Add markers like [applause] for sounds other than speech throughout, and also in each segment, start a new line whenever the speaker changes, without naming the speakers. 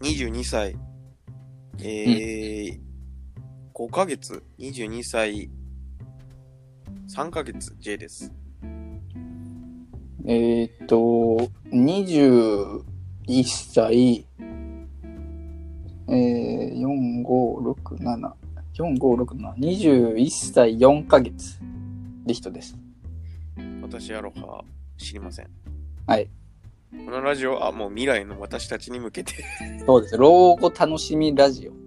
22歳、えー5ヶ月、22歳、3ヶ月、J です。
えーっと、21歳、えー、4、5、6、7、4、5、6、7、21歳4ヶ月で人です。
私、アロハ、知りません。
はい。
このラジオはもう未来の私たちに向けて、 [laughs]
そうです。老後楽しみラジオ。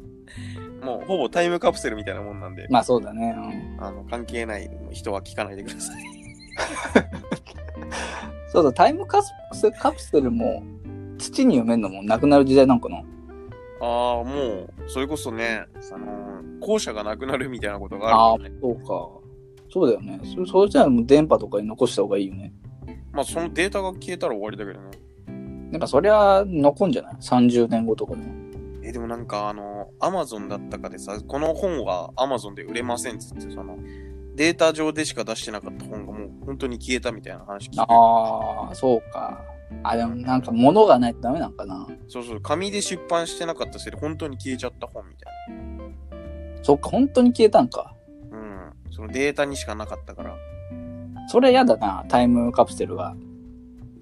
もうほぼタイムカプセルみたいなもんなんで、
まあそうだね。うん
あの関係ない人は聞かないでください。
そうだ、タイムカプセルカプセルも土に埋めるのもなくなる時代なんかな。
[laughs] ああ、もう、それこそね、その、校舎がなくなるみたいなことが
あ
あ
あ
るからね。
ー、そうか。そうだよね。そそうしたらもう電波とかに残した方がいいよね。
まあ、そのデータが消えたら終わりだけどね。
なんかそりゃ残んじゃない ?30 年後とかでも。
え、でもなんか、あの、アマゾンだったかでさ、この本はアマゾンで売れませんっつって、その、データ上でしか出してなかった本がもう本当に消えたみたいな話聞いて。
ああ、そうか。あ、でもなんか物がないとダメなんかな。
そうそう、紙で出版してなかったせいで本当に消えちゃった本みたい
そっか、本当に消えたんか。
な。うん。そのデータにしかなかったから。
それやだな、タイムカプセルは。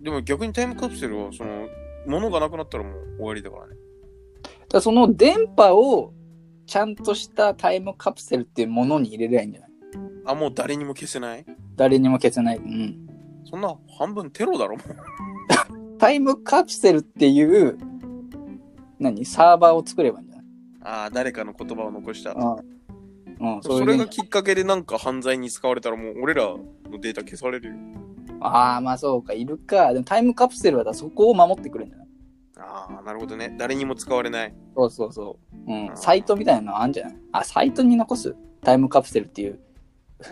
でも逆にタイムカプセルは、その、物がなくなったらもう終わりだからね。
だからその電波をちゃんとしたタイムカプセルっていうものに入れればいいんじゃない
あ、もう誰にも消せない
誰にも消せない。うん。
そんな半分テロだろ、もう。
タイムカプセルっていう、何サーバーを作ればいいんじゃない
ああ、誰かの言葉を残した。
うん。うん、
そ
そ
れ
れで
が。きっかけでなんか犯罪に使われたらもう俺らのデータ消されるよ。
ああ、まあそうか、いるか。でもタイムカプセルはだからそこを守ってくれるんじゃない
ああ、なるほどね。誰にも使われない。
そうそうそう。うん。サイトみたいなのあんじゃないあ、サイトに残すタイムカプセルっていう。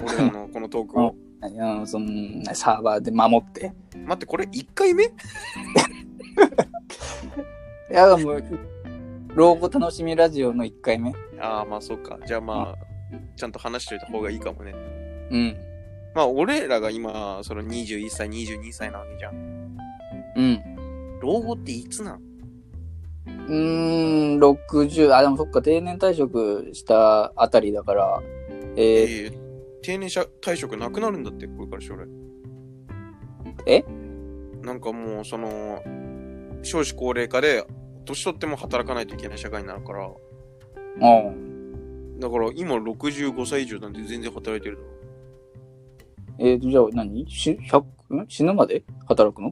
俺ら
[laughs]
のこのトークを。
うん、そのサーバーで守って。
待って、これ1回目
いや、もう、老後楽しみラジオの1回目。
ああ、まあそうか。じゃあまあ、ちゃんと話しておいた方がいいかもね。
うん。
まあ俺らが今、その21歳、22歳なわけじゃん。
うん。
老後っていつなん
うーん、60、あ、でもそっか、定年退職したあたりだから、え
ええ定年者退職なくなるんだって、これから将来。
え
なんかもう、その、少子高齢化で、年取っても働かないといけない社会になるから、
ー、うん。
だから今65歳以上なんて全然働いてるだろ
えーと、じゃあ何、し100ん死ぬまで働くの
い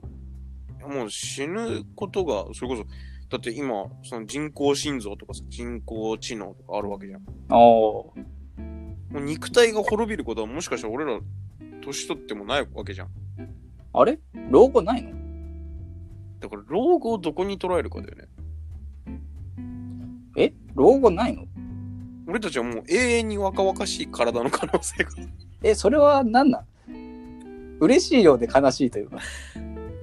やもう死ぬことが、それこそ、だって今、その人工心臓とかさ、人工知能とかあるわけじゃん。
ああ。
もう肉体が滅びることはもしかしたら俺ら、年取ってもないわけじゃん。
あれ老後ないの
だから老後をどこに捉えるかだよね。
え老後ないの
俺たちはもう永遠に若々しい体の可能性が。
え、それは何なん嬉しいようで悲しいというか。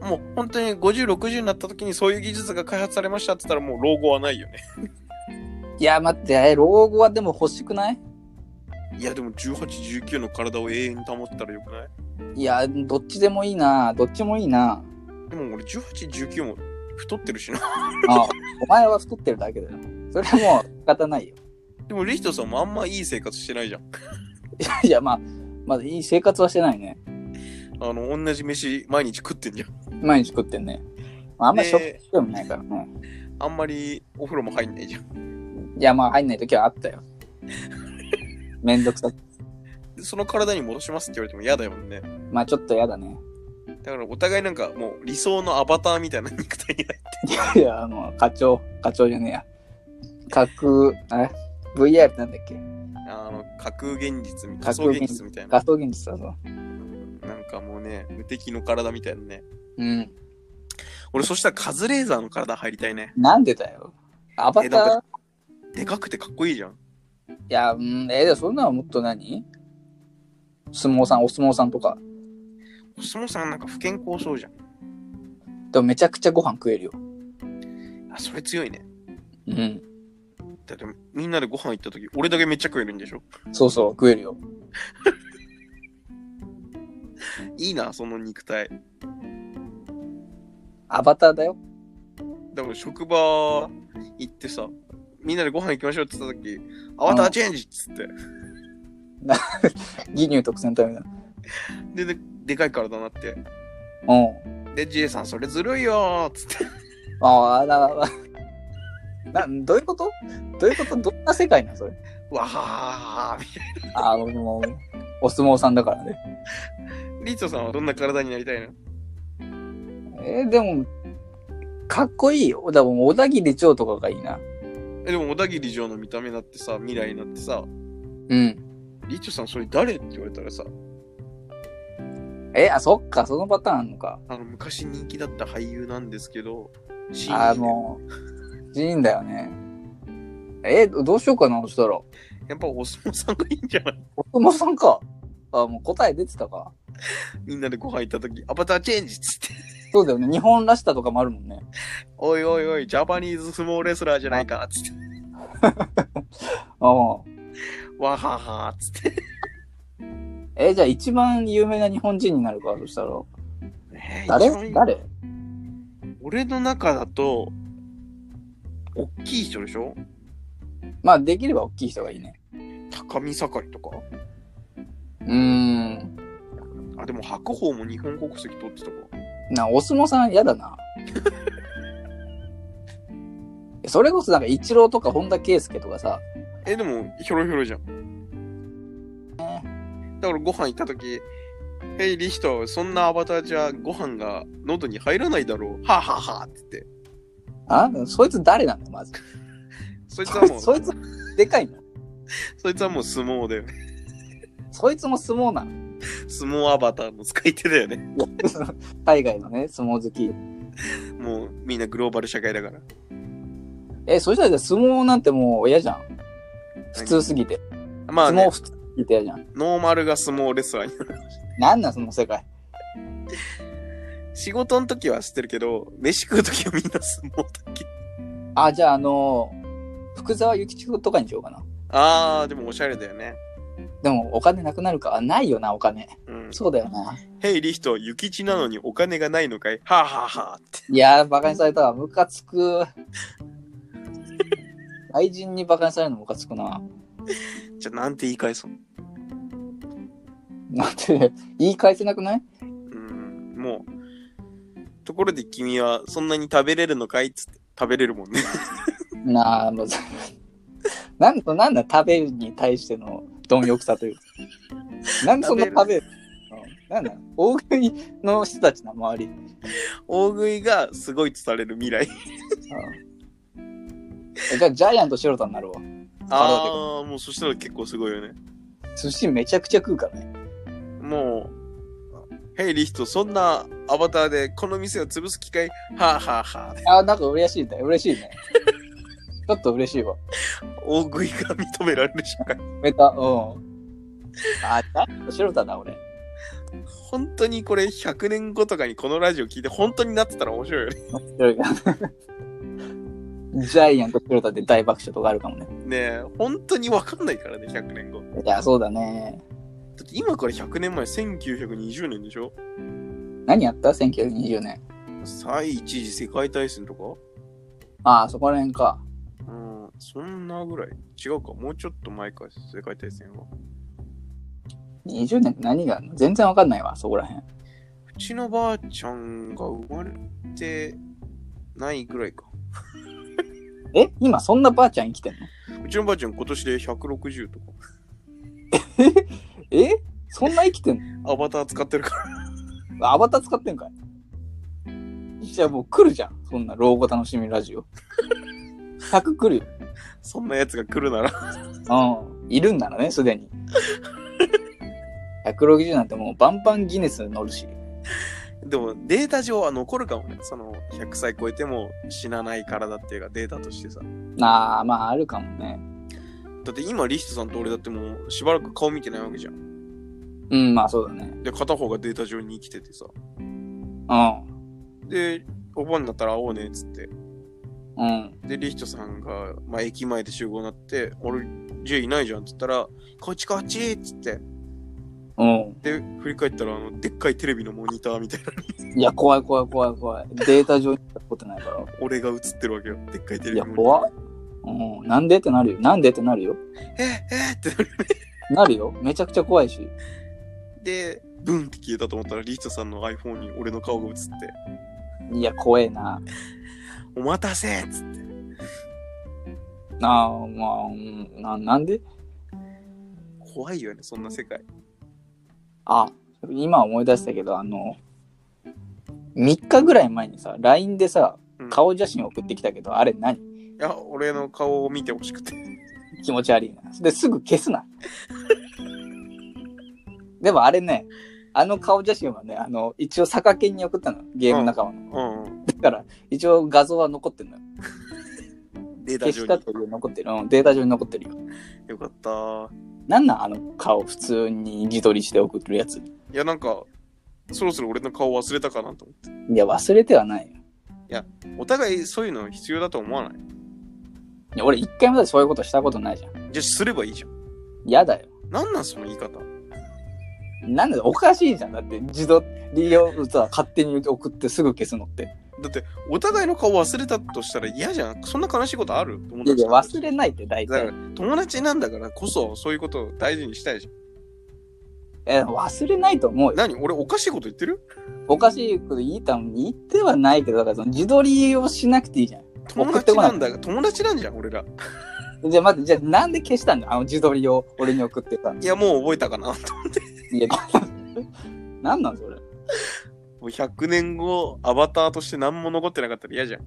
もう本当に50、60になった時にそういう技術が開発されましたって言ったらもう老後はないよね。
いや、待って、え老後はでも欲しくない
いやでも18、19の体を永遠に保ったらよくない
いや、どっちでもいいな。どっちもいいな。
でも俺18、19も太ってるしな。
ああお前は太ってるだけだよ。それはもう仕方ないよ。 [laughs]
でもリヒトさんもあんまいい生活してないじゃん。
いやいや、まあ、まあ、いい生活はしてないね。
あの、同じ飯毎日食ってんじゃん。
毎日食ってんね。まあ、あんまり食
ね
興味ないから。うん
あんまりお風呂も入んないじゃん。
いや、まあ、入んない時はあったよ。めんどくさく。
でその体に戻しますって言われても嫌だよね。
まあ、ちょっとやだね。
だからお互いなんかもう理想のアバターみたいな肉体になる。
いや、もう、課長、課長じゃねえや。格、あれ ?VR ってなんだっけ
あの、架空現実み、仮
架空
想
現実
現実みたいな。
画像現実だぞ。
なんかもうね、無敵の体みたいなね。
うん。
俺そしたらカズレーザーの体入りたいね。
なんでだよ。アバ
え
タ
な
ー
んでかくてかっこいいじゃん。
いや、うん、えー、そんなのもっと何相撲さん、お相撲さんとか。
お相撲さんなんか不健康そうじゃん。
でもめちゃくちゃご飯食えるよ。
あ、それ強いね。
うん。
だってみんなでご飯行った時、俺だけめっちゃ食えるんでしょ
そうそう、食えるよ。
いいな、その肉体。
アバターだよ。
だから職場行ってさ、みんなでご飯行きましょうって言った時、アバターチェンジっつって、
ギニュー特選隊みたい
で、ででかい体になって、
な。うん。
で、ジエさんそれずるいよーっつって、
ああららら。 [laughs] な、どういうことどういうことどんな世界なんそれ。
わーみたい
ああ、もう、お相撲さんだからね。
な。リートさんはどんな体になりたいの
えーでも、かっこいいよ。だからもう小田切長とかがいいな。
えでも小田切城の見た目になってさ未来になってさ
うん。
リッチョさんそれ誰って言われたらさ
え、あ、そっか、そのパターンあんのか。
あの昔人気だった俳優なんですけどシ
あ
ーン
あ、
で
もう、ジーンだよね。え、どうしようかな、そしたら。
やっぱお相撲さんがいいんじゃない
お相撲さんか。あ、もう答え出てたか。
みんなでご飯行った時アバターチェンジっつって
そうだよね。日本らしさとかもあるもんね。
おいおいおいジャパニーズ相撲レスラーじゃないかっつって
ああ。
わははっつって
えじゃあ一番有名な日本人になるか、そしたら。
ねえ一番い
誰
い
誰
俺の中だと大きい人でしょ
まあ、できれば大きい人がいいね。
高見盛りとか
うーん。
あでも白鵬も日本国籍取ってたか
な、お相撲さん嫌だな。 [laughs] それこそなんか、イチローとか本田圭佑とかさ、
え、でも、ひょろひょろじゃん。だからご飯行ったとき、ヘイリヒト、そんなアバターじゃご飯が喉に入らないだろう。はあ、はあはあって言って。
あそいつ誰なんだよ、まず。
そいつはもう、そ
[laughs] そいつ、でかいの
いつはもう相撲だよね。
そいつも相撲なの。
相撲アバターの使い手だよね。
海外のね、相撲好き。
もう、みんなグローバル社会だから。
え、そしたらじゃあ相撲なんてもう嫌じゃん。普通すぎて。
まあ、
相
ね
撲、普通すぎて嫌じゃん。
ノーマルが相撲レスラーになる。
なんなん、その世界。
仕事の時は知ってるけど、飯食う時はみんな相撲だっけ。
あ、じゃあ、あの福沢諭吉とかにしようかな。
あー、でもおしゃれだよね。
でもお金なくなるかあないよなお金
うん。
そうだよな
ヘイリヒト、諭吉なのにお金がないのかい。はあ、はあはあって。
いやーバカにされたわムカつく愛人にバカにされるのムカつくな
じゃあ、なんて言い返そう。
なんて言い返せなくない
うん、もう、ところで君はそんなに食べれるのかいっつって食べれるもん
[laughs]
ね。
なあもうなんとなんだ食べるに対しての貪欲さというかなんでそんな食べるうんなんだ大食いの人たちの周り、うん
大食いがすごいとされる未来。
えじゃあジャイアントシロタになるわ
ああ、もうそしたら結構すごいよね。
寿司めちゃくちゃ食うからね
もう、ヘイリヒト、そんなアバターでこの店を潰す機会、はあはあは
あーなんか嬉しいね嬉しいね [laughs] ちょっと嬉しいわ
あ、大食いが認められる社会。
メタ、うん。あ、だ、シロタだ、 [laughs] 俺。
本当にこれ100年後とかにこのラジオ聞いて本当になってたら面白いよね。 [laughs]
ジャイアントシロタで大爆笑とかあるかもね。
ねえ、本当にわかんないからね、100年後。だ
いや、そうだね。
って今から100年前、1920年でしょ
何やった ?1920 年。
第一次世界大戦とか
ああ、そこら辺か。
うん、そんなぐらい。違うか、もうちょっと前か、世界大戦は。
20年って何があるの全然わかんないわ、そこら辺。
うちのばあちゃんが生まれてないぐらいか。
え今そんなばあちゃん生きてんの
うちのばあちゃん今年で160とか。
えそんな生きてん
アバター使ってるから。
のアバター使ってんかいじゃあもう来るじゃん。そんな老後楽しみラジオ。100来るよ。
そんなやつが来るなら。
うん。いるんならね、すでに。160なんてもうバンバンギネスに乗るし。
でもデータ上は残るかもね。その100歳超えても死なない体っていうかデータとしてさ。
ああ、まああるかもね。
だって今リヒトさんと俺だってもうしばらく顔見てないわけじゃん。
うん、まあそうだね。
で、片方がデータ上に生きててさ。
うん。
で、お盆になったら会おうねっつって。
うん。
で、リヒトさんが、まあ、駅前で集合になって、俺、J いないじゃんって言ったら、こっちこっちっつって、
うん。
で、振り返ったら、あの、でっかいテレビのモニターみたいな、 [laughs]
いや、怖い怖い怖い怖い。データ上に見たことないから。
[laughs] 俺が映ってるわけよ。でっかいテレ
い
ビ
や、
のモ
怖い。うん。なんでってなるよ。なんでってなるよ。
ニター。ええってなる。
なるよ。めちゃくちゃ怖いし。
で、ブンって消えたと思ったら、リーチャさんの iPhone に俺の顔が映って、
いや、怖えな。
お待たせっつって。
ああ、まあ、うん、ななんで
怖いよね、そんな世界。
あ、今思い出したけど、あの、3日ぐらい前にさ、LINE でさ
うん、
顔写真送ってきたけど、あれ何
いや、俺の顔を見てほしくて。 [laughs]
気持ち悪いな。で、すぐ消すな。 [laughs] でもあれね、あの顔写真はね、あの、一応、坂県に送ったの、ゲーム仲間の。
うん。
だから、一応画像は残ってるのよ。
データ上
消した
に。
という残ってる。うん、データ上に残ってるよ。
よかった。なん
なんなんあの顔、普通に自撮りして送るやつ。
いや、なんか、そろそろ俺の顔忘れたかなと思って。
いや、忘れてはないよ。
お互いそういうの必要だと思わない
いや俺、一回もだってそういうことしたことないじゃん。
じゃあ、すればいいじゃん。
嫌だよ。
なんなんその言い方。
なんだよおかしいじゃん。だって、自撮りをさ、勝手に送ってすぐ消すのって。
だって、お互いの顔忘れたとしたら嫌じゃん。そんな悲しいことある友
いやい
達
や、
なんだし
忘れないって大
だか
体
ら。、友達なんだからこそ、そういうことを大事にしたいじゃん。
え、忘れないと思うよ。
何俺、おかしいこと言ってる
おかしいこと言いたん言ってはないけど、だからその自撮りをしなくていいじゃん。
友達なんだ友達なんじゃん、俺ら。
じゃあ待って、じゃあなんで消したんだあの自撮りを俺に送ってたの。
いや、もう覚えたかな。
いや、 [laughs] なんなんそれ。
もう100年後、アバターとして何も残ってなかったら嫌じゃん。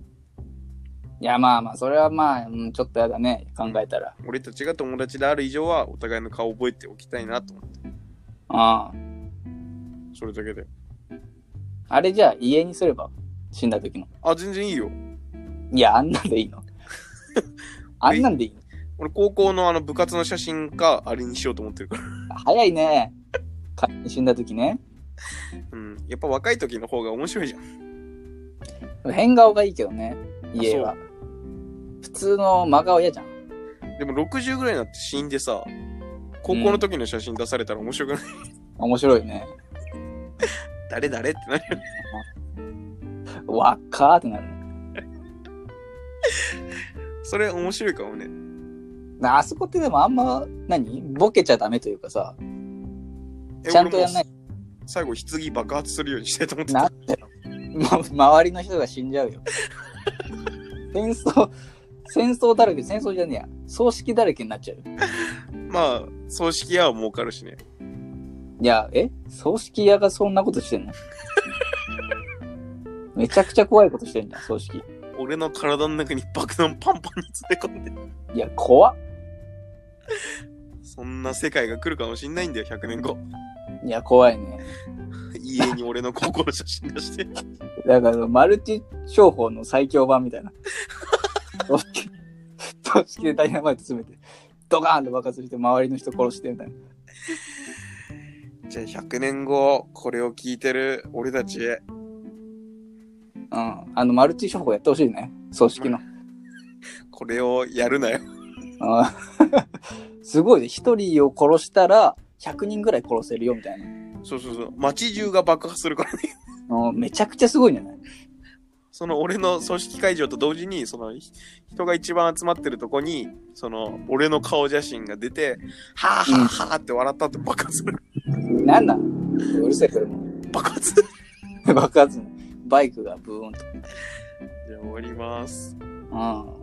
いや、まあまあ、それはまあ、うん、ちょっとやだね、考えたら。
俺たちが友達である以上は、お互いの顔を覚えておきたいなと思って。
ああ。
それだけで。
あれじゃあ、家にすれば、死んだ時の。
あ、全然いいよ。
いや、あんなんでい [laughs] いの。あんなんでいいの。
俺、高校のあの部活の写真か、あれにしようと思ってるから。 [laughs]
早いね。仮に死んだ時ね。
うん。やっぱ若い時の方が面白いじゃん。
変顔がいいけどね、家は。普通の真顔嫌じゃん。
でも60ぐらいになって死んでさ、高校の時の写真出されたら面白くない、
面白いね。
誰誰ってなるよね。
わっかーってなるね。
それ面白いかもね。
なあそこってでもあんま、何ボケちゃダメというかさ、
え
ちゃんとやんない。
俺も最後、棺爆発するようにしたいと思ってた。
なんだよ。ま、周りの人が死んじゃうよ。戦争、戦争だらけ、戦争じゃねえや。葬式だらけになっちゃうよ。
まあ、葬式屋は儲かるしね。
いや、え葬式屋がそんなことしてんのめちゃくちゃ怖いことしてんじゃん、葬式。
俺の体の中に爆弾パンパンに詰め込んで、
いや、怖っ。
そんな世界が来るかもしんないんだよ、100年 [laughs] 後。
いや、怖いね。
家に俺の高校の写真出して。
だから、マルチ商法の最強版みたいな。葬式葬式でダイナマイト詰めて、ドカーンと爆発して、周りの人殺してみたいな。
[laughs] じゃあ100年後、これを聞いてる俺たちへ。
うん。あの、マルチ商法やってほしいね。葬式の。
これをやるなよ。
うん [laughs] すごいね。一人を殺したら、100人ぐらい殺せるよ、みたいな。
そうそうそう。街中が爆破するからね。
うん、めちゃくちゃすごいんじゃない
その俺の組織会場と同時に、そのひ人が一番集まってるとこに、その俺の顔写真が出て、はぁはぁはぁって笑ったって爆発する。
なんなんうるせえ、それ [laughs] も。
爆発じゃ
爆発のバイクがブーンと。
あ終わります。
うん。